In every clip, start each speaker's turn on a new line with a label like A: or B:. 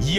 A: 以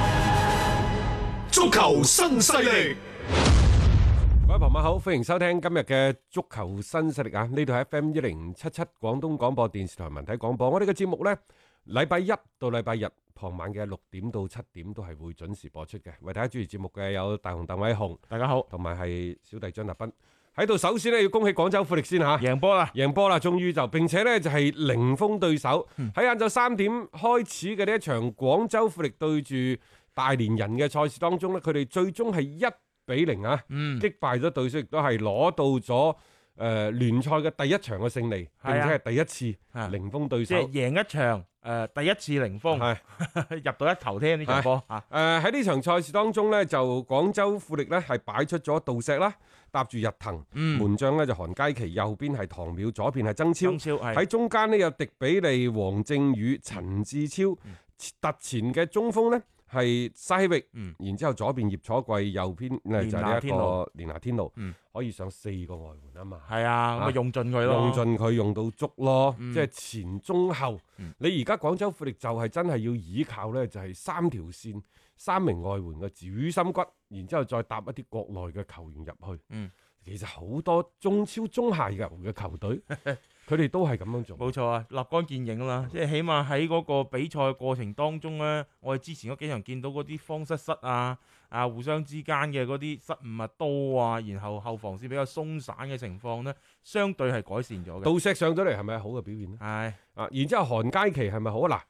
A: 足球新勢力，
B: 各位朋友好，歡迎收聽今日嘅足球新勢力啊！呢度係 FM 一零七七廣東廣播電視台文體廣播。我哋嘅節目呢，禮拜一到禮拜日傍晚嘅六點到七點都係會準時播出嘅。為大家主持節目嘅有大雄鄧偉雄，大家好，同埋係小弟張達斌喺度。首先呢，要恭喜廣州富力先吓，贏波啦，贏波啦，終於就並且呢，就係零封對手。
C: 嗯
B: 喺晏晝三點開始嘅呢一場廣州富力對住大連人嘅賽事當中呢，佢哋最終係一比零啊！
C: 嗯
B: 擊敗咗對手，亦都係攞到咗誒、呃、聯賽嘅第一場嘅勝利，並
C: 係
B: 且
C: 啊
B: 係第一次
C: 啊
B: 零封對
C: 即
B: 手
C: 係。贏一場，誒、第一次零封，
B: 係
C: 入到一頭添呢場波嚇，
B: 誒喺呢場賽事當中呢，就廣州富力呢係擺出咗杜石啦，搭住日騰，
C: 嗯
B: 門將呢就韓佳琪，右邊係唐淼，左邊係曾超
C: 中，超係
B: 喺中間呢，有迪比利、黃正宇、陳志超，突前嘅中鋒呢係西域，
C: 嗯
B: 然之後左邊葉楚貴，右邊呢就係呢一個連拿天奴，
C: 嗯
B: 可以上四個外援啊嘛。
C: 係啊，咁
B: 啊
C: 咪用盡佢咯，
B: 用盡佢用到足咯，
C: 嗯
B: 即係前中後。
C: 嗯
B: 你而家廣州富力就係真係要倚靠呢，就係三條線、三名外援嘅主心骨，然之後再搭一啲國內嘅球員入去。
C: 嗯
B: 其實好多中超、中下游嘅 球隊，佢哋都係咁樣做。
C: 冇錯啊，立竿見影啦，即係起碼喺嗰個比賽過程當中咧，我哋之前嗰幾場見到嗰啲方失失啊，啊互相之間嘅嗰啲失誤啊多啊，然後後防線比較鬆散嘅情況咧，相對係改善咗嘅，
B: 杜石上咗嚟係咪好嘅表現呢？
C: 係
B: 啊，然之後韓佳琪係咪好啊？嗱，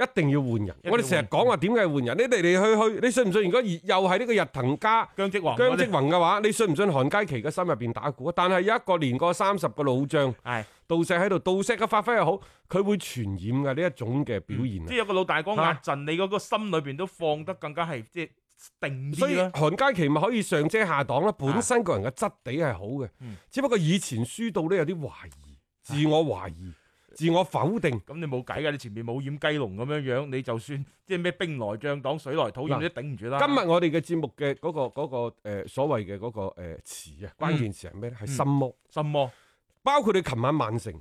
B: 一定要換人。
C: 要
B: 我哋成日講話點解要換人？你嚟嚟去去，你信唔信？如果又係呢個日騰加？
C: 姜職宏
B: 姜
C: 嗰啲
B: 積雲嘅話，你信唔信韓佳琪嘅心入邊打鼓？但係有一個年過三十嘅老將，
C: 係
B: 杜石喺度，杜石嘅發揮又好，佢會傳染嘅呢一種嘅表現
C: 即係
B: 啊。
C: 有個老大哥壓陣，你嗰個心裏邊都放得更加係即係定
B: 所以
C: 啲啦。啊
B: 韓佳琪咪可以上遮下擋啦，本身個人嘅質地係好嘅
C: 嗯，
B: 只不過以前輸到呢，有啲懷疑，自我懷疑、自我否定。
C: 咁你冇計㗎，你前面冇掩雞籠咁樣樣，你就算即係咩兵來將擋，水來土掩，
B: 嗱
C: 你都頂唔住啦。
B: 今日我哋嘅節目嘅嗰個嗰個呃所謂嘅嗰個誒詞啊，關鍵詞係
C: 嗯
B: 咩咧？係心魔，
C: 心魔
B: 包括你琴晚曼城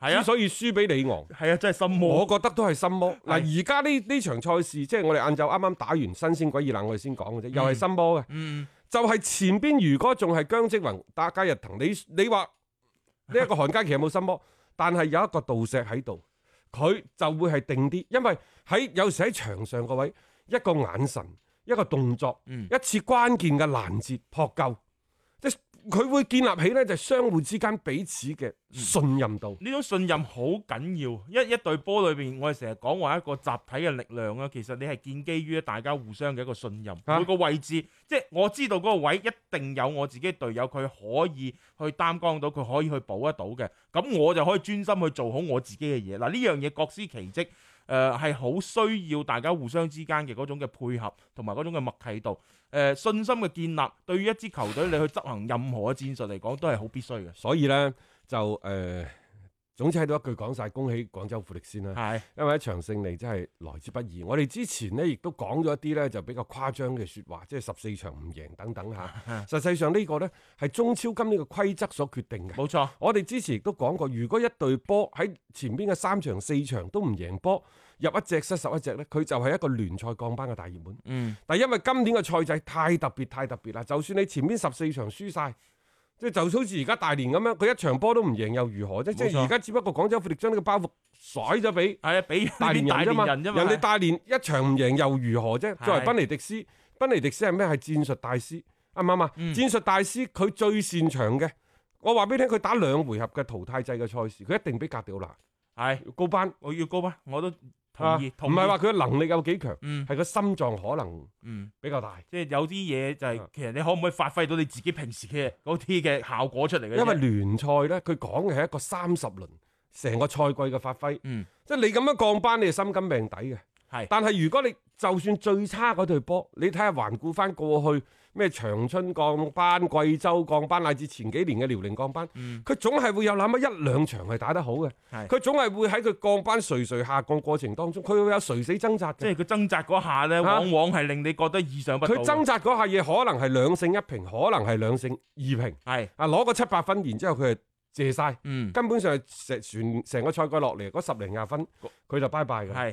C: 係
B: 之
C: 啊，
B: 所以輸俾里昂。
C: 係啊，真係心
B: 我
C: 魔。
B: 覺得都係心魔。嗱，而家呢呢場賽事，即係我哋晏晝啱啱打完新鮮鬼熱冷，我哋先講嘅啫，又係心魔嘅。
C: 嗯，
B: 就係前邊如果仲係姜積雲打加日騰，你你話呢一個韓佳琪有冇 心魔？但係有一個杜石喺度，佢就會係定啲，因為喺有時喺場上個位一個眼神、一個動作、
C: 嗯
B: 一次關鍵嘅攔截撲救，即係佢會建立起呢就係相互之間彼此嘅
C: 嗯
B: 信任度。
C: 呢種信任好緊要。一一隊波裏邊，我哋成日講話一個集體嘅力量啦。其實你係建基於大家互相嘅一個信任。
B: 啊
C: 每個位置，即係我知道嗰個位一定有我自己隊友，佢可以去擔當到，佢可以去補得到嘅。咁我就可以專心去做好我自己嘅嘢。嗱，呢樣嘢各司其職。誒係好需要大家互相之間嘅嗰種嘅配合同埋嗰種嘅默契度，誒、呃信心嘅建立，對於一支球隊你去執行任何嘅戰術嚟講，都係好必須嘅。
B: 所以咧就誒、呃，總之喺度一句講晒，恭喜廣州富力先啦，
C: 係
B: 因為一場勝利真係來之不易。我哋之前呢亦都講咗一啲咧就比較誇張嘅説話，即係十四場唔贏等等嚇。實際上呢個呢係中超今年嘅規則所決定嘅。
C: 冇錯。
B: 我哋之前亦都講過，如果一隊波喺前邊嘅三場四場都唔贏波，入一隻失十一隻呢，佢就係一個聯賽降班嘅大熱門。
C: 嗯。
B: 但因為今年嘅賽制太特別太特別啦，就算你前面十四場輸晒，即係就好似而家大連咁樣，佢一場波都唔贏又如何啫？即
C: 冇錯
B: 係而家只不過廣州富力將呢個包袱甩咗 俾
C: 係啊，俾
B: 大
C: 大
B: 連
C: 連
B: 人
C: 大
B: 啫嘛，
C: 連人
B: 人
C: 啫嘛，
B: 哋大連一場唔贏又如何啫？
C: 係
B: 作為賓尼迪斯，賓尼迪斯係咩？係戰術大師。啱唔啱啊？
C: 嗯
B: 戰術大師佢最擅長嘅，我話俾你聽，佢打兩回合嘅淘汰制嘅賽事，佢一定比格調拿
C: 係
B: 高班。
C: 我要高班，我都
B: 啊
C: 同意，同
B: 唔
C: 意
B: 係話佢嘅能力有幾強，
C: 嗯
B: 係個心臟可能
C: 嗯，
B: 比較大，
C: 即係有啲嘢就係
B: 啊
C: 其實你可唔可以發揮到你自己平時嘅嗰啲嘅效果出嚟嘅啫？
B: 因為聯賽呢，佢講嘅係一個三十輪成個賽季嘅發揮，
C: 嗯
B: 即係你咁樣降班，你係心甘命抵嘅。
C: 係
B: 但係如果你就算最差嗰隊波，你睇下環顧翻過去咩長春降班、貴州降班，乃至前幾年嘅遼寧降班，
C: 嗯
B: 佢總係會有那麼一兩場係打得好嘅，
C: 係
B: 佢總係會喺佢降班垂垂下降過程當中，佢會有垂死掙扎
C: 即
B: 嘅。
C: 係佢掙扎嗰下咧，
B: 啊
C: 往往係令你覺得意想不到啊嘅。
B: 佢掙扎嗰下嘢可能係兩勝一平，可能係兩勝二平，
C: 係
B: 啊攞個七八分，然之後佢係借晒，
C: 嗯
B: 根本上係成成個賽季落嚟嗰十零廿分，佢就拜拜嘅。
C: 係啊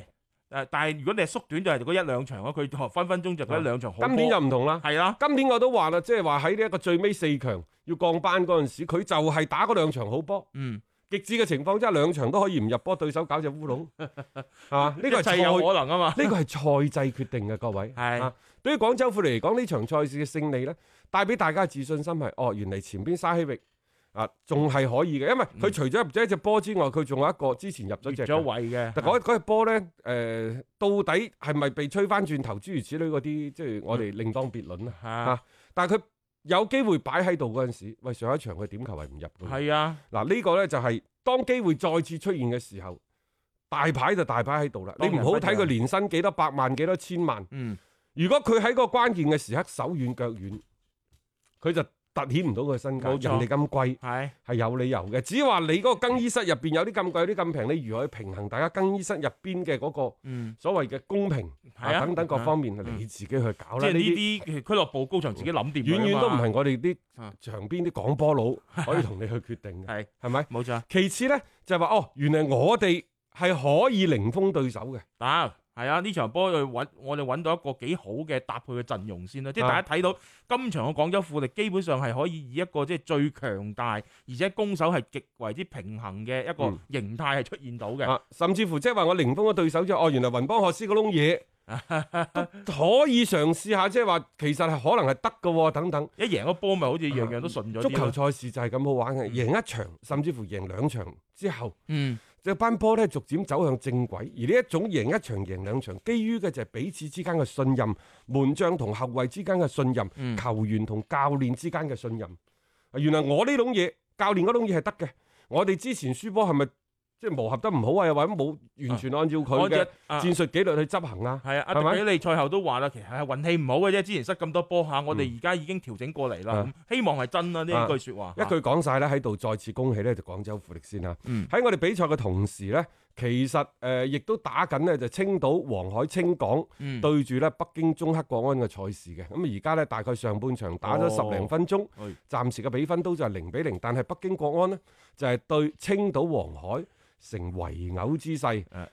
C: 誒，但係如果你係縮短就係嗰一兩場咯，佢分分鐘就嗰一兩場好波。
B: 啊今年就唔同啦，
C: 係啦，
B: 今年我都話啦，即係話喺呢一個最尾四強要降班嗰陣時，佢就係打嗰兩場好波。
C: 嗯，
B: 極致嘅情況之下，兩場都可以唔入波，對手搞隻 烏龍，係嘛？呢個係
C: 一切
B: 賽
C: 有可能啊嘛。
B: 呢個係賽制決定嘅，各 位。
C: 係
B: 啊，對於廣州富力嚟講，呢場賽事嘅勝利呢，帶俾大家嘅自信心係，哦，原嚟前邊沙希域啊，仲係可以嘅，因為佢除咗入咗一隻波之外，佢仲有一個之前入咗
C: 越
B: 隻
C: 咗
B: 嘅。
C: 位嘅，
B: 但嗰嗰隻波呢，誒、到底係咪被吹翻轉頭，諸如此類嗰啲，即係我哋另當別論啦。啊
C: 嚇
B: 但係佢有機會擺喺度嗰陣時，喂，上一場佢點球係唔入嘅喎。
C: 係啊，
B: 嗱，呢個呢就係當機會再次出現嘅時候，大牌就大牌喺度啦。你
C: 當
B: 唔
C: 然
B: 好
C: 不
B: 睇
C: 一樣
B: 佢年薪幾多百萬、幾多千萬。
C: 嗯，
B: 如果佢喺個關鍵嘅時刻手軟腳軟，佢就突顯唔到佢身價。
C: 冇錯
B: 人哋咁貴
C: 係
B: 係有理由嘅，只要話你嗰個更衣室入邊有啲咁貴、有啲咁平，你如何去平衡大家更衣室入邊嘅嗰個
C: 嗯。
B: 所謂嘅公平
C: 係啊
B: 等等各方面，
C: 嗯
B: 你自己去搞
C: 即係
B: 啦。呢
C: 呢
B: 啲
C: 啲俱樂部高層自己諗掂佢
B: 遠
C: 㗎
B: 遠都唔
C: 嘛
B: 係我哋啲
C: 啊
B: 場邊啲講 波佬可以同你去決定嘅，
C: 係
B: 係咪？
C: 冇錯，
B: 其次呢，就係話哦，原來我哋係可以零封對手 嘅，
C: 打係啊！呢場波去揾我哋揾到一個幾好嘅搭配嘅陣容先啦，即係
B: 啊
C: 大家睇到今場嘅廣州富力基本上係可以以一個即係最強大，而且攻守係極為之平衡嘅一個
B: 嗯
C: 形態係出現到嘅。
B: 啊，甚至乎即係話我零封嘅對手之後，哦，原來雲邦學斯嗰窿 嘢都可以嘗試下，即係話其實係可能係得嘅喎，等等。
C: 一贏咗波咪好似樣樣都順咗
B: 啊足
C: 啲咯
B: 球賽事就係咁好玩嘅，贏一場甚至乎贏兩場之後，
C: 嗯
B: 即係班波咧逐漸走向正軌。而呢一種贏一場贏兩場，基於嘅就係彼此之間嘅信任，門將同後衞之間嘅信任，
C: 嗯
B: 球員同教練之間嘅信任。啊原來我呢種嘢，教練嗰種嘢係得嘅。我哋之前輸波係咪即係磨合得唔好啊？又或者冇完全按照佢
C: 按
B: 嘅
C: 照啊
B: 戰術紀律去執行啊？
C: 係啊，阿
B: 係咪
C: 迪比利賽後都話啦，其實係運氣唔好嘅啫，之前失咁多波嚇，我哋而家已經調整過嚟啦
B: 嗯啊，
C: 咁希望係真啦呢
B: 啊
C: 句説話。
B: 一句講晒咧，喺度再次恭喜咧，就廣州富力先啊啦。喺、
C: 嗯
B: 我哋比賽嘅同時咧，其實誒、呃亦都打緊呢，就青島、黃海、青港
C: 嗯
B: 對住咧北京中赫國安嘅賽事嘅。咁而家咧大概上半場打咗
C: 哦
B: 十零分鐘，
C: 哎
B: 暫時嘅比分都就係零比零。但係北京國安呢，就係、對青島、黃海成圍毆之勢。誒、
C: 啊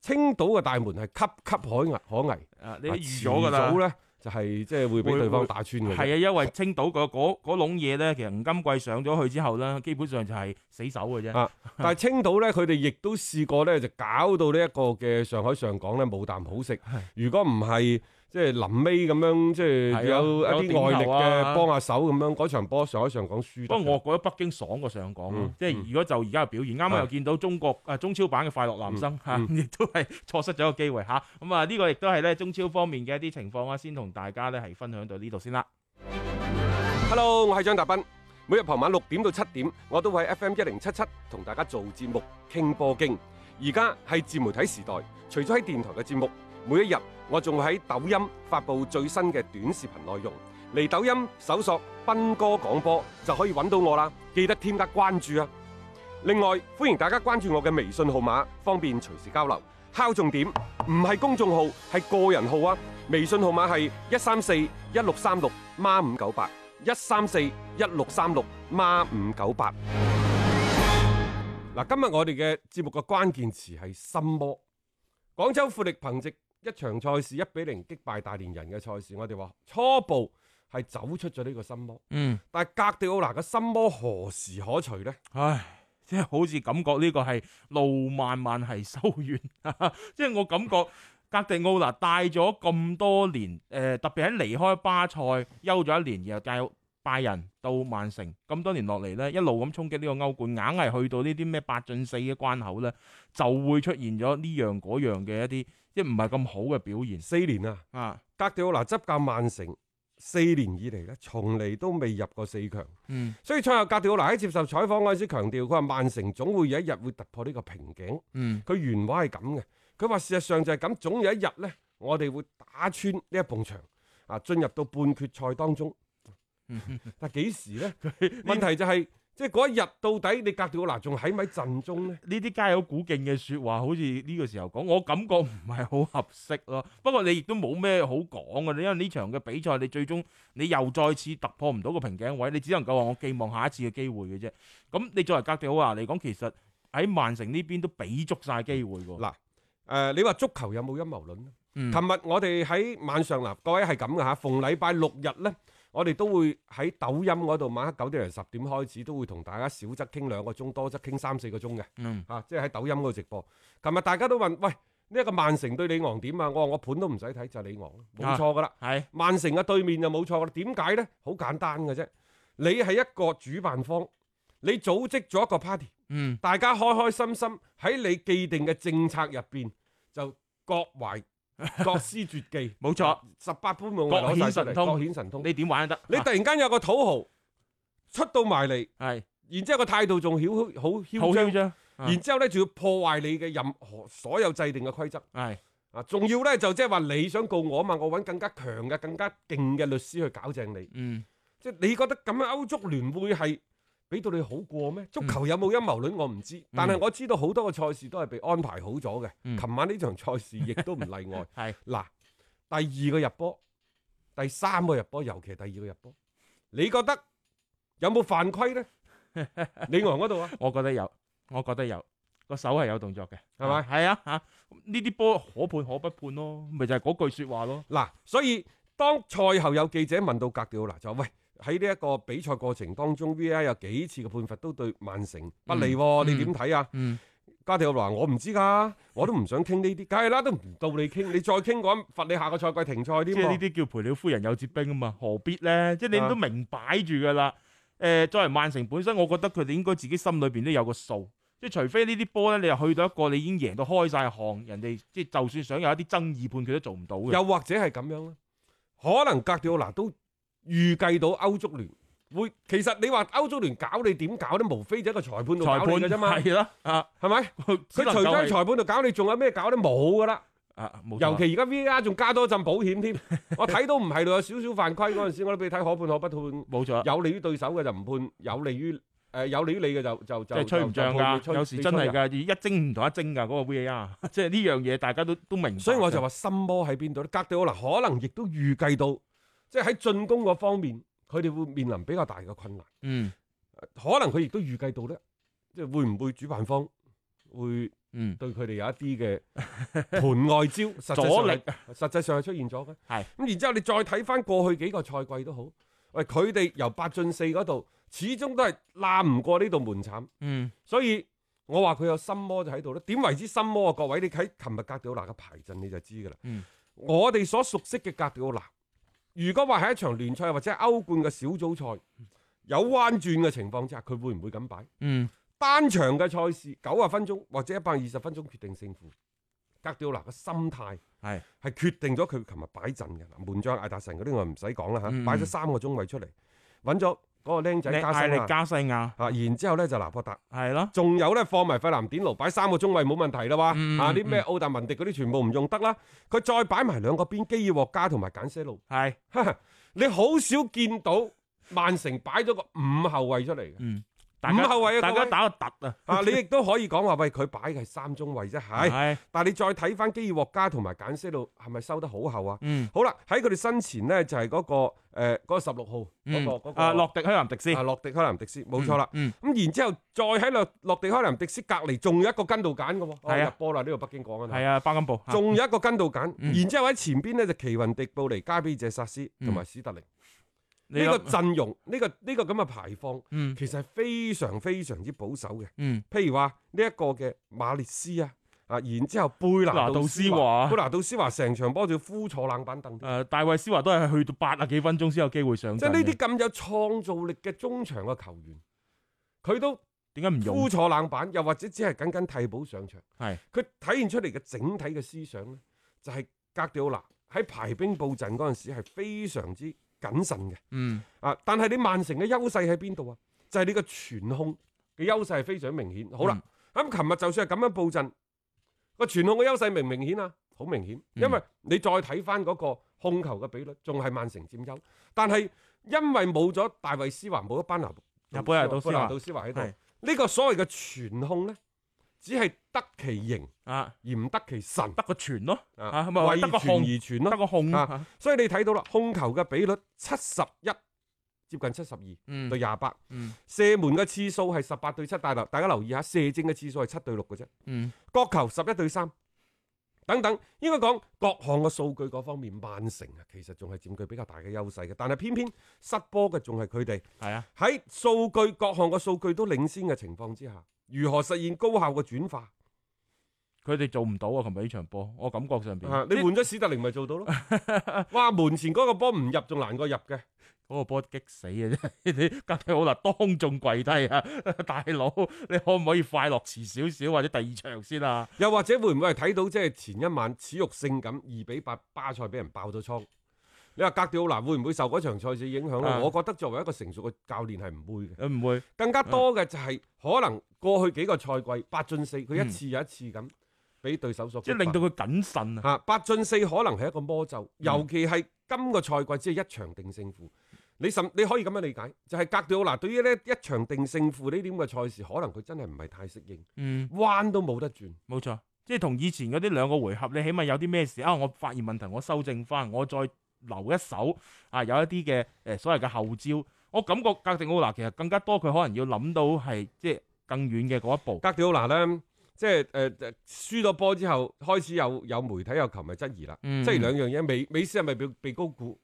B: 青島嘅大門係岌岌可危，可危。
C: 啊，你都
B: 啊
C: 預咗㗎啦
B: 遲早。咧就係即係會俾
C: 會
B: 對方
C: 會
B: 打穿嘅啫。
C: 係啊，因為青島嗰嗰嗰籠嘢咧，其實吳金貴上咗去之後咧，基本上就係死守嘅啫。
B: 啊 但係青島呢，佢哋亦都試過呢，就搞到呢一個嘅上海上港呢冇啖好食。如果唔係即係臨尾咁樣，即
C: 係啊
B: 係有
C: 有
B: 一
C: 點
B: 啲外力
C: 球啊
B: 嘅幫下手咁樣，嗰場波上海上港輸得
C: 不過
B: 嘅。
C: 我覺得北京爽過上港咯
B: 嗯，
C: 即係如果就而家嘅表現，啱啱又
B: 係
C: 見到中國啊中超版嘅快樂男生嚇，
B: 嗯
C: 亦都係錯失咗個機會嚇。咁啊，呢個亦都係咧中超方面嘅一啲情況啊，先同大家咧係分享到呢度先啦。
B: Hello，我係張達斌。每日傍晚六點到七點，我都會喺 FM 一零七七同大家做節目傾波經。而家係自媒體時代，除咗喺電台嘅節目，每一日我仲會喺抖音發布最新嘅短視頻內容。嚟抖音搜索斌哥廣播就可以揾到我啦，記得添加關注啊！另外，歡迎大家關注我嘅微信號碼，方便隨時交流。敲重點，唔係公眾號，係個人號啊！微信號碼係一三四一六三六孖五九八，一三四一六三六孖五九八。嗱，今日我哋嘅節目嘅關鍵詞係心魔。廣州富力憑藉一場賽事一比零擊敗大連人嘅賽事，我哋話初步係走出咗呢個心魔，
C: 嗯，
B: 但係格迪奧拿嘅心魔何時可除呢？
C: 唉。 即係好似感覺呢個係路漫漫係修遠，即係我感覺格迪奧拿帶咗咁多年，誒、呃特別喺離開巴塞休咗一年，然後帶拜仁到曼城，咁多年落嚟呢，一路咁衝擊呢個歐冠，硬係去到呢啲咩八進四嘅關口呢，就會出現咗呢樣嗰樣嘅一啲即係唔係咁好嘅表現
B: 四年啊，
C: 啊，
B: 格迪奧拿執教曼城四年以嚟呢，從嚟都未入過四強。
C: 嗯
B: 所以賽後格迪奧拿喺接受採訪嗰陣時強調，佢話曼城總會有一日會突破呢個瓶頸。
C: 嗯
B: 佢原話係咁嘅，佢話事實上就係咁，總有一日呢，我哋會打穿呢一埲牆啊，進入到半決賽當中。但幾時呢？問題就係、即係嗰一日到底你格迪奧拿仲喺咪陣中呢？
C: 呢啲家有古勁嘅説話，好似呢個時候講，我感覺唔係好合適咯。 不過你亦都冇咩好講嘅，因為呢場嘅比賽，你最終你又再次突破唔到個瓶頸位，你只能夠話我寄望下一次嘅機會嘅啫。咁你作為格迪奧拿嚟講，其實喺曼城呢邊都俾足晒機會喎。
B: 嗱，誒、你話足球有冇陰謀論呢？
C: 嗯
B: 琴日我哋喺晚上嗱，各位係咁嘅嚇，逢禮拜六日呢，我哋都會喺抖音嗰度晚黑九點零十點開始，都會同大家少則傾兩個鐘，多則傾三四個鐘嘅
C: 嗯
B: 嚇，即係喺抖音嗰度直播。琴日大家都問，喂，呢、一個曼城對里昂點啊？我話我盤都唔使睇，就係里昂，冇錯噶啦。
C: 係
B: 曼城嘅對面就冇錯啦。點解呢？好簡單嘅啫，你係一個主辦方，你組織咗一個 party。
C: 嗯
B: 大家開開心心喺你既定嘅政策入邊就各 懷各施絕技，
C: 冇錯，
B: 十八般武藝攞晒出
C: 各顯神
B: 嚟
C: 通
B: 各顯神通。
C: 你點玩都得。
B: 你
C: 啊
B: 突然間有個土豪出到埋嚟，
C: 係
B: 然之後個態度仲囂好
C: 好
B: 囂
C: 囂
B: 張，
C: 張，啊
B: 然之後咧仲要破壞你嘅任何所有制定嘅規則
C: 係
B: 啊！仲要咧就即係話你想告我啊嘛，我揾更加強嘅、更加勁嘅律師去搞正你。
C: 嗯
B: 即係你覺得咁樣歐足聯會係俾到你好過
C: 嗯
B: 咩？足球有冇陰謀論我唔知，但係我知道好多個賽事都係被安排好咗嘅。
C: 嗯。
B: 琴晚呢場賽事亦都唔例外
C: 係
B: 嗱，第二個入波，第三個入波，尤其係第二個入波，你覺得有冇犯 規呢？李昂嗰度啊，
C: 我覺得有，我覺得有個手係有動作嘅，
B: 係咪
C: 係啊嚇，啊呢啲波可判可不判咯，咪就係嗰句説話咯。
B: 嗱，所以當賽後有記者問到格調嗱，就話喂。喺呢一個比賽過程當中，V.I. 有幾次嘅判罰都對曼城不利喎，
C: 嗯
B: 你點睇啊？
C: 嗯，
B: 加迪奧拿，我唔知㗎，我都唔想傾呢啲，梗係啦，都唔到你傾，你再傾嘅話，罰你下個賽季停賽
C: 即
B: 添
C: 係呢
B: 喎。
C: 啲叫賠了夫人有折兵啊嘛，何必呢？即係你
B: 啊
C: 都明擺住㗎啦。誒、作為曼城本身，我覺得佢哋應該自己心裏邊都有個數。即係除非呢啲波咧，你又去到一個你已經贏到開晒項，人哋即係就算想有一啲爭議判決都做唔到嘅。
B: 又或者係咁樣啦，可能格迪奧拿都預計到歐足聯會，其實你話歐足聯搞你點搞咧，無非就一個裁判度
C: 裁
B: 搞
C: 判
B: 你嘅啫嘛，
C: 係啦，啊，
B: 係咪？
C: 佢
B: 佢除咗喺裁判度搞你，仲有咩搞咧？冇㗎啦。
C: 啊，冇
B: 尤
C: 錯
B: 其而家 V.R. 仲加多陣保險添， 我睇到唔係度有少少犯規嗰陣時，我都俾你睇可判可不判。
C: 冇錯。
B: 有利於對手嘅就唔判，有利於誒、呃有利於你嘅就就
C: 即
B: 就
C: 係吹唔
B: 就
C: 漲
B: 判你
C: 㗎，
B: 吹
C: 有時
B: 你
C: 真係
B: 吹啊
C: 㗎，一精唔同一精㗎嗰、個 VAR，即 係呢樣嘢大家都都明白。
B: 所以我就話心魔喺邊度咧？格迪奧拿可能亦都預計到，即係喺進攻嗰方面，佢哋會面臨比較大嘅 困難。
C: 嗯
B: 可能佢亦都預計到咧，即係會唔會主辦方會
C: 嗯
B: 對佢哋有一啲嘅盤外招，實際
C: 阻
B: 上
C: 力
B: 係實際上係出現咗嘅。
C: 係
B: 咁，然之後你再睇翻過去幾個賽季都好，喂，佢哋由八進四嗰度，始終都係攬唔過呢度門檻。
C: 嗯
B: 所以我話佢有心魔就喺度咧。點為之心魔啊？各位，你睇琴日格迪奧拿嘅排陣你就知㗎啦。
C: 嗯
B: 我哋所熟悉嘅格迪奧拿，如果話係一場聯賽或者係歐冠嘅小組賽，有彎轉嘅情況之下，佢會唔會咁擺？
C: 嗯
B: 單場嘅賽事九啊分鐘或者一百二十分鐘決定勝負，格迪奧拿嘅心態
C: 係
B: 係決定咗佢琴日擺陣嘅。嗱門將艾達臣嗰啲我唔使講啦嚇，
C: 嗯嗯
B: 擺咗三個中位出嚟，揾咗嗰個僆
C: 你
B: 仔加西
C: 艾力
B: 亞
C: 加西亞
B: 啊，然之後咧就拿破特。
C: 係咯，
B: 仲有咧放埋費南典奴擺三個中衞冇問題啦哇！
C: 嗯
B: 啊
C: 嗯
B: 啲咩奧達文迪嗰啲全部唔用得啦，佢再擺埋兩個邊基爾獲加同埋簡些路，
C: 係
B: 哈哈你好少見到曼城擺咗個五後衞出嚟嘅。
C: 嗯，大家
B: 五後衞啊
C: 大
B: 各
C: 家
B: 位
C: 打個突啊，
B: 啊！你亦都可以講話，喂，佢擺嘅係三中衞啫，係。
C: 係
B: 但係你再睇翻基爾獲加同埋簡些路係咪收得好後啊？
C: 嗯
B: 好啦，喺佢哋身前呢，就係嗰個誒嗰個十六號嗰
C: 嗯
B: 個嗰個
C: 啊，洛迪克南迪斯
B: 啊洛迪克南迪斯，冇錯啦。
C: 嗯
B: 咁然之後再喺落落地開林迪斯隔離，仲有一個跟度揀嘅喎，哦
C: 係啊
B: 入波啦！呢度北京講緊
C: 係，啊，巴金布啊
B: 仲有一個跟度揀，
C: 嗯
B: 然之後喺前邊呢，就奇雲迪布尼、加比謝薩斯同埋史特靈
C: 你
B: 呢個
C: 諗
B: 陣容，呢個呢個咁嘅排放，
C: 嗯
B: 其實係非常非常之保守嘅。
C: 嗯
B: 譬如話呢一個嘅馬列斯啊，啊，然之後貝拿
C: 拿
B: 杜
C: 杜
B: 斯
C: 斯
B: 華，
C: 華
B: 貝拿杜斯華成場波就呼坐冷板凳添。
C: 誒大呃衛斯華都係去到八啊幾分鐘先有機會上陣嘅，
B: 即係呢啲咁有創造力嘅中場嘅球員，佢都
C: 點解唔
B: 呼
C: 用？
B: 坐冷板，又或者只係僅僅替補上場。
C: 係
B: 佢體現出嚟嘅整體嘅思想呢，就係、格迪奧拿喺排兵布陣嗰陣時係非常之謹慎嘅。
C: 嗯，
B: 啊，但係你曼城嘅優勢喺邊度啊？就係、你個傳控嘅優勢係非常明顯。好啦，咁琴日就算係咁樣佈陣，個傳控嘅優勢明唔明顯啊？好明顯，因為你再睇翻嗰個控球嘅比率，仲係曼城佔優。但係因為冇咗大衛斯華，冇咗班拿
C: 啊貝拿杜斯華
B: 貝拿杜斯華喺度，
C: 係
B: 呢個所謂嘅傳控呢，只係得其形
C: 啊，
B: 而唔得其神，
C: 得個傳咯，啊
B: 啊
C: 咪話
B: 為
C: 得個
B: 傳
C: 控
B: 而傳咯
C: 得。個控
B: 啊，所以你睇到啦，控球嘅比率七十一，接近七十二
C: 嗯
B: 對廿八
C: 嗯，
B: 射門嘅次數係十八對七，大留大家留意下，射正嘅次數係七對六嘅啫，
C: 嗯
B: 角球十一對三。等等，應該講各項嘅數據嗰方面，曼城啊其實仲係佔據比較大嘅優勢嘅，但係偏偏失波嘅仲係佢哋
C: 係啊，
B: 喺數據各項嘅數據都領先嘅情況之下，如何實現高效嘅轉化？
C: 佢哋做唔到啊！琴日呢場波，我感覺上邊
B: 啊，你
C: 即係
B: 換咗史特靈咪做到 咯？哇，門前嗰個波唔入仲難過入嘅。
C: 嗰個波激死嘅啫！ 你格迪奧拿當眾跪低啊， 大佬，你可唔可以快樂遲少少或者第二場先啊？
B: 又或者會唔會係睇到即係前一晚恥辱性咁二比八巴塞俾人爆咗倉？你話格迪奧拿會唔會受嗰場賽事影響咧？
C: 啊
B: 我覺得作為一個成熟嘅教練係唔會嘅。
C: 誒唔會，
B: 更加多嘅就係可能過去幾個賽季八進四，佢一次又一次咁俾對手所
C: 即係令到佢謹慎啊！
B: 嚇八進四可能係一個魔咒，
C: 嗯
B: 尤其係今個賽季只係一場定勝負。你甚你可以咁樣理解，就係、格迪奧拿對於呢一場定勝負呢啲咁嘅賽事，可能佢真係唔係太適應，
C: 嗯，
B: 彎都冇得轉。
C: 冇錯，即係同以前嗰啲兩個回合，你起碼有啲咩事啊？我發現問題，我修正翻，我再留一手啊，有一啲嘅誒所謂嘅後招。我感覺格迪奧拿其實更加多，佢可能要諗到係即係更遠嘅嗰一步。
B: 格迪奧拿咧，即係誒誒輸咗波之後，開始有有媒體有球迷質疑啦，
C: 嗯
B: 即係兩樣嘢，美美斯係咪被被 高估？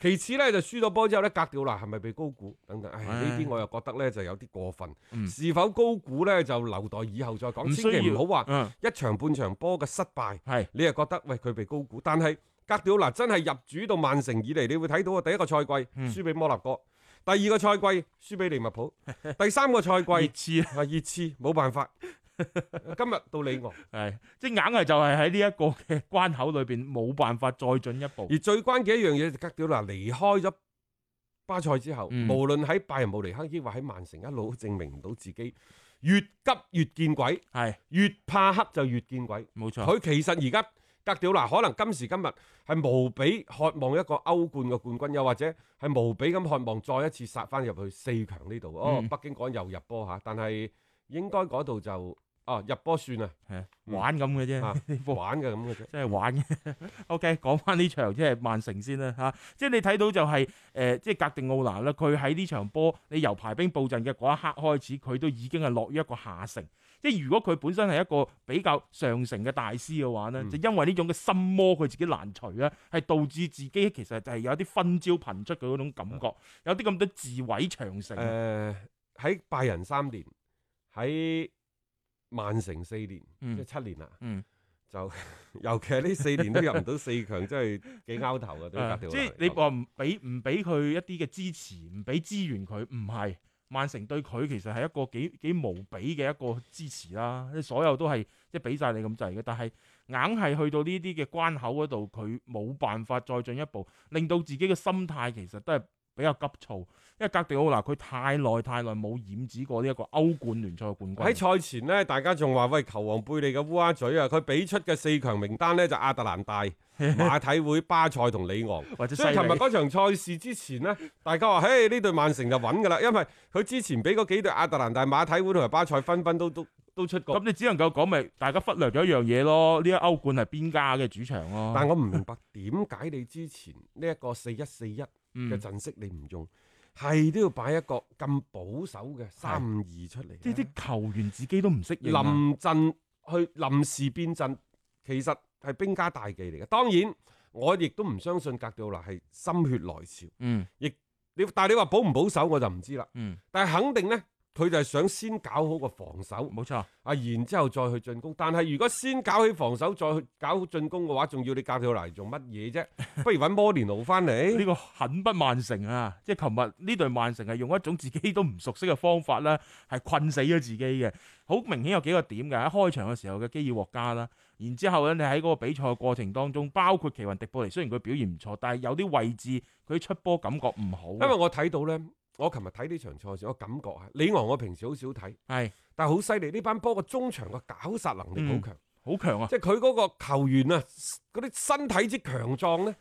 B: 其次咧就輸咗波之後咧，格迪奧拿係咪被高估等等？唉，
C: 唉
B: 呢啲我又覺得咧就有啲過分，
C: 嗯
B: 是否高估咧就留待以後再講，
C: 唔需要
B: 千祈唔好話
C: 嗯，
B: 一場半場波嘅失敗，
C: 係
B: 你又覺得喂佢被高估，但係格迪奧拿真係入主到曼城以嚟，你會睇到啊，第一個賽
C: 嗯
B: 季輸俾摩納哥，第二個賽季輸俾利物浦，第三個賽季
C: 熱。刺
B: 啊，熱刺冇辦法， 今日到里昂，
C: 係即係硬係就係喺呢一個嘅關口裏邊冇辦法再進一步。
B: 而最關鍵一樣嘢就格調嗱離開咗巴塞之後，
C: 嗯
B: 無論喺拜仁慕尼黑抑或喺曼城，一路都證明唔到自己，越急越見鬼，
C: 係
B: 越怕黑就越見鬼。
C: 冇錯，
B: 佢其實而家格調嗱，可能今時今日係無比渴望一個歐冠嘅冠軍，又或者係無比咁渴望再一次殺翻入去四強呢度。哦，
C: 嗯
B: 北京港又入波嚇，但係應該嗰度就 哦入波算啦，
C: 係玩咁嘅啫，
B: 啊
C: 呢波
B: 玩嘅咁嘅啫。
C: 真係玩嘅。OK，講 翻呢場即係曼城先啦嚇、即係你睇到就係、誒、即係格定奧拿啦，佢喺呢場波，你由排兵布陣嘅嗰一刻開始，佢都已經係落於一個下乘。即係如果佢本身係一個比較上乘嘅大師嘅話呢、
B: 嗯
C: 就因為呢種嘅心魔佢自己難除咧，係導致自己其實就係有啲分招頻出嘅嗰種感覺，有啲咁多自毀長城。
B: 嗯誒喺拜仁三年，喺曼城四年，
C: 嗯
B: 即係七年啦。
C: 嗯
B: 就尤其係呢四年都入唔到四強，真係幾拗頭嘅對格
C: 啊
B: 迪奧拿嚟講。
C: 即係你話唔俾唔俾佢一啲嘅支持，唔俾資源佢，唔係曼城對佢其實係一個幾幾無比嘅一個支持啦。即係所有都係即係俾晒你咁滯嘅，但係硬係去到呢啲嘅關口嗰度，佢冇辦法再進一步，令到自己嘅心態其實都係比較急躁。因為格迪奧拿佢太耐太耐冇染指過呢一個歐冠聯賽嘅冠軍。
B: 喺賽前呢，大家仲話喂球王貝利嘅烏鴉嘴啊，佢俾出嘅四強名單呢，就亞特蘭 大、馬體會、巴塞同里昂。
C: 或者
B: 所以琴日
C: 西里
B: 嗰場賽事之前呢，大家話：，嘿，呢隊曼城就穩㗎啦，因為佢之前俾嗰幾隊亞特蘭大、馬體會同埋巴塞紛紛都都都出局
C: 咁。你只能夠講咪大家忽略咗一樣嘢咯，呢一歐冠係邊家嘅主場咯。
B: 但我唔明白點解你之前呢一個四一四一嘅
C: 嗯
B: 陣式你唔用，係都要擺一個咁保守嘅三五二出嚟
C: 即係
B: 咧，
C: 啲球員自己都唔識應啊
B: 臨陣去臨時變陣，其實係兵家大忌嚟嘅。當然，我亦都唔相信格調拿係心血來潮。
C: 嗯
B: 你但係你話保唔保守我就唔知啦，
C: 嗯
B: 但係肯定呢，佢就係想先搞好個防守，
C: 冇錯，
B: 啊，然之後再去進攻。但係如果先搞起防守，再去搞好進攻嘅話，仲要你教跳嚟做乜嘢 啫？不如揾摩連奴翻
C: 呢
B: 嚟。
C: 個很不曼城啊！即係琴日呢隊曼城係用一種自己都唔熟悉嘅方法啦，係困死咗自己嘅。好明顯有幾個點嘅，喺開場嘅時候嘅基爾獲加啦，然之後咧你喺嗰個比賽嘅過程當中，包括奇雲迪布尼，雖然佢表現唔錯，但係有啲位置佢出波感覺唔好。啊
B: 因為我睇到呢，我琴日睇呢場賽事，我感覺啊，李昂我平時好少睇，
C: 係
B: 但係好犀利，呢班波嘅中場嘅搞殺能力好強，
C: 好強啊！
B: 即係佢嗰個球員啊，嗰啲身體之強壯呢，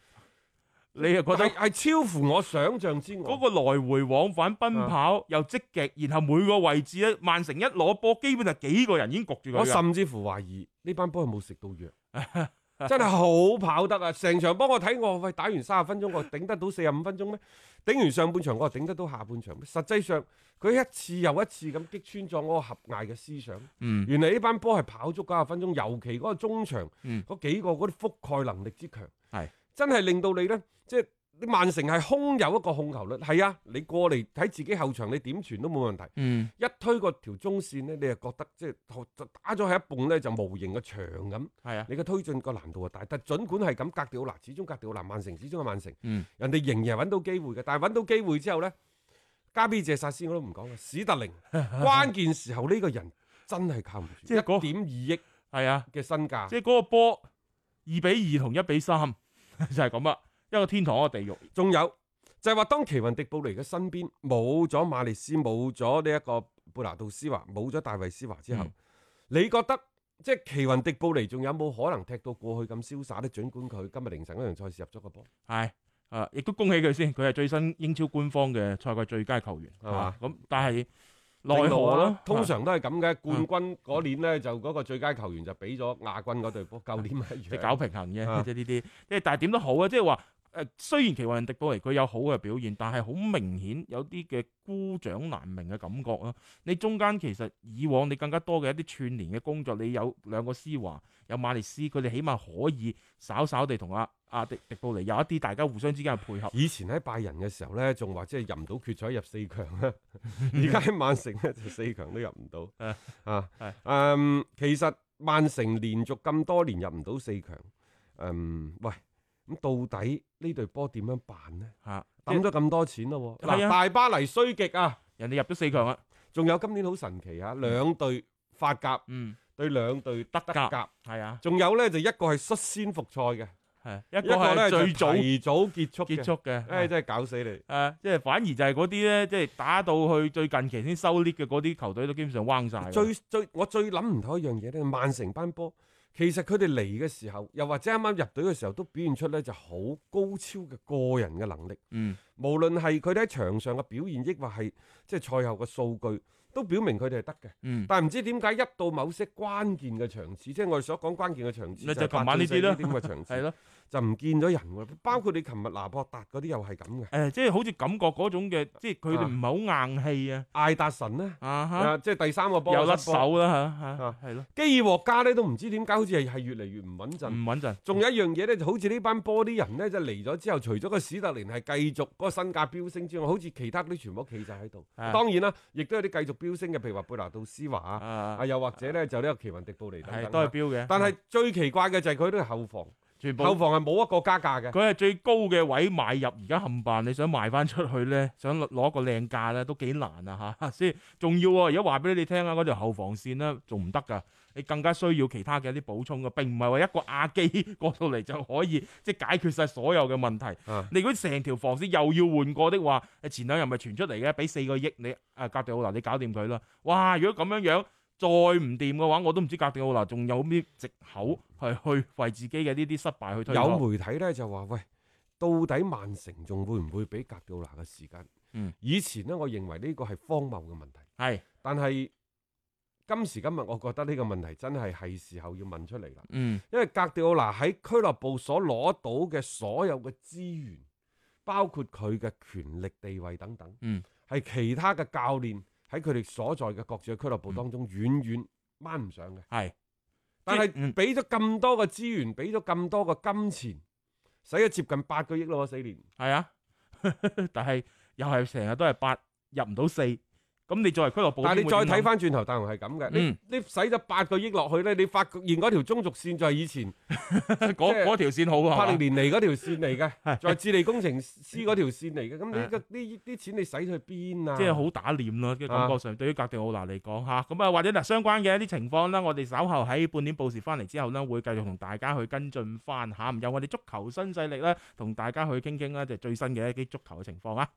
C: 你又覺得
B: 係係超乎我想象之外
C: 嗰。個啊來回往返奔跑又積極，然後每個位置咧，曼城一攞波，基本就幾個人已經焗住佢㗎。
B: 我甚至乎懷疑呢班波係冇食到藥， 真係好跑得啊！成場波我睇我喂打完三十分鐘，我頂得到四十五分鐘咩？頂完上半場我頂得到下半場咩？實際上佢一次又一次咁擊穿咗我合艾嘅思想。
C: 嗯
B: 原嚟呢班波係跑足九十分鐘，尤其嗰個中場嗰、
C: 嗯
B: 幾個嗰啲覆蓋能力之強，
C: 係
B: 真係令到你呢，即係你曼城係空有一個控球率。係啊，你過嚟喺自己後場你點傳都冇問題。
C: 嗯
B: 一推個條中線呢，你就覺得即係就打咗係一埲呢，就無形嘅牆咁，
C: 係啊
B: 你嘅推進個難度就大。但係儘管係咁，格調嗱，始終格調嗱，曼城始終係曼城，
C: 嗯
B: 人哋仍然係揾到機會嘅。但係揾到機會之後呢，加比謝殺先我都唔講啦，史特 靈關鍵時候呢個人真係靠唔住，
C: 即係嗰
B: 一點二億
C: 係啊。
B: 嘅身價，
C: 即係嗰個波二比二同一比三 就係咁啦，一個天堂一個地獄。
B: 仲有就係話，當奇雲迪布尼嘅身邊冇咗馬利斯，冇咗呢一個貝拿杜斯華，冇咗大衛斯華之後，
C: 嗯
B: 你覺得即係奇雲迪布尼仲有冇可能踢到過去咁瀟灑呢？儘管佢今日凌晨嗰場賽事入咗個波，
C: 係啊，亦都恭喜佢先，佢係最新英超官方嘅賽季最佳球員，
B: 係嘛
C: 啊咁、但係奈
B: 正路
C: 何
B: 啊
C: 啦，
B: 通
C: 啊
B: 常都係咁嘅。冠軍嗰年呢，就嗰個最佳球員就俾咗亞軍嗰 隊波，舊年咪一
C: 即係
B: 樣。
C: 搞平衡
B: 啊
C: 嘅，即係呢啲，即係但係點都好啊，即係話。誒雖然奇雲迪布尼佢有好嘅表現，但係好明顯有啲嘅孤掌難鳴嘅感覺咯。啊你中間其實以往你更加多嘅一啲串聯嘅工作，你有兩個施華，有馬利斯，佢哋起碼可以稍稍地同阿阿迪迪布尼有一啲大家互相之間嘅配合。
B: 以前喺拜仁嘅時候呢，仲話即係入唔到決賽入四強 啦。而家喺曼城呢，就四強都入唔到
C: 啊。
B: 啊
C: 係，
B: 嗯，其實曼城連續咁多年入唔到四強，嗯，喂，咁到底呢隊波點樣辦呢？
C: 嚇，
B: 抌
C: 咁
B: 咗咁多錢咯喎，
C: 係
B: 嗱，
C: 啊
B: 大巴黎衰極啊！
C: 人哋入咗四強啦，
B: 仲有今年好神奇啊，兩隊法甲
C: 嗯，
B: 對兩隊德
C: 德甲
B: 甲，
C: 係啊，
B: 仲有呢，就一個係率先復賽嘅，
C: 係一
B: 一
C: 個
B: 個
C: 係
B: 呢就
C: 最早
B: 提早結束
C: 結
B: 嘅
C: 束，嘅，
B: 唉，
C: 係
B: 真係搞死你！
C: 啊，即係反而就係嗰啲咧，即係打到去最近期先收 lift 嘅嗰啲球隊都基本上彎晒㗎。
B: 最最我最諗唔透一樣嘢咧，曼城班波其實佢哋嚟嘅時候，又或者啱啱入隊嘅時候，都表現出咧就好高超嘅個人嘅能力。
C: 嗯
B: 無論係佢哋喺場上嘅表現，抑或係即係賽後嘅數據，都表明佢哋係得嘅。
C: 嗯，
B: 但係唔知點解一到某些關鍵嘅場次，即係我哋所講關鍵嘅場次，
C: 咪就
B: 係
C: 琴晚呢啲啦
B: 八進四呢啲咁嘅場次，
C: 係咯，
B: 就唔見咗人喎。包括你琴日拿破達嗰啲又係咁嘅，
C: 誒，即係好似感覺嗰種嘅，即係佢哋唔係好硬氣啊，
B: 艾達神呢，
C: 啊哈，
B: 啊，即係第三個波
C: 又甩
B: 失波，
C: 手啦嚇
B: 啊
C: 嚇，係咯，
B: 基爾獲加呢都唔知點解好似係係越嚟越唔穩陣
C: 唔。穩陣。
B: 仲有一樣嘢咧，就好似呢班波啲人咧，就嚟咗之後，除咗個史特連係繼續嗰個身價飆升之外，好似其他嗰啲全部都企晒喺度。
C: 啊
B: 當然啦，亦都有啲繼續飆升嘅，譬如話貝拿杜斯華啊，
C: 啊
B: 啊，又或者咧就呢個奇雲迪布尼等
C: 係
B: 等
C: 都係
B: 啊。
C: 標嘅，
B: 但係最奇怪嘅就係佢都係後防，
C: 全部
B: 後防係冇一個加價嘅。
C: 佢係最高嘅位買入，而家冚辦，你想賣翻出去咧， 想攞攞個靚價咧，都幾難啊嚇！ 先仲要喎，而家話俾你聽啊，嗰條後防線咧仲唔得㗎，你更加需要其他嘅一啲補充嘅，並唔係話一個亞基過到嚟就可以即係解決晒所有嘅問題。
B: 啊
C: 你如果成條防線又要換過的話，誒前兩日咪傳出嚟嘅，俾四個億你啊格迪奧拿，你搞掂佢啦！哇，如果咁樣樣。再唔掂嘅話，我都唔知格迪奧拿仲有咩藉口係去為自己嘅呢啲失敗去推
B: 有
C: 搪
B: 媒體咧就話：喂，到底曼城仲會唔會俾格調拿嘅時間？
C: 嗯
B: 以前呢，我認為呢個係荒謬嘅問題，
C: 係
B: 但係今時今日，我覺得呢個問題真係係時候要問出嚟啦。
C: 嗯。
B: 因為格迪奧拿喺俱樂部所攞到嘅所有嘅資源，包括佢嘅權力地位等等，
C: 嗯，
B: 係其他嘅教練喺佢哋所在嘅各自嘅俱樂部當中遠遠掹唔上嘅。
C: 係，
B: 但係
C: 嗯
B: 俾咗咁多嘅資源，俾咗咁多嘅金錢，使咗接近八個億 咯，四年。
C: 係啊，但係又係成日都係八入唔到四，咁你作為俱樂部，
B: 但係你再睇
C: 翻，
B: 翻轉頭，大雄係咁嘅。
C: 啊嗯
B: 你你使咗八個億落去咧，你發現嗰條中軸線就係以前
C: 嗰
B: 即係
C: 嗰條線好
B: 柏
C: 啊，
B: 力連尼嗰條線嚟嘅，
C: 係
B: 再智利工程師嗰條線嚟嘅。咁
C: 係
B: 呢個呢啲錢你使去邊啊？
C: 即係好打臉咯，嘅感覺上對於格迪奧拿嚟講嚇，咁啊或者嗱相關嘅一啲情況啦，我哋稍後喺半年報時翻嚟之後呢，會繼續同大家去跟進翻嚇，唔有我哋足球新勢力咧，同大家去傾傾啦，就係最新嘅一啲足球嘅情況啊。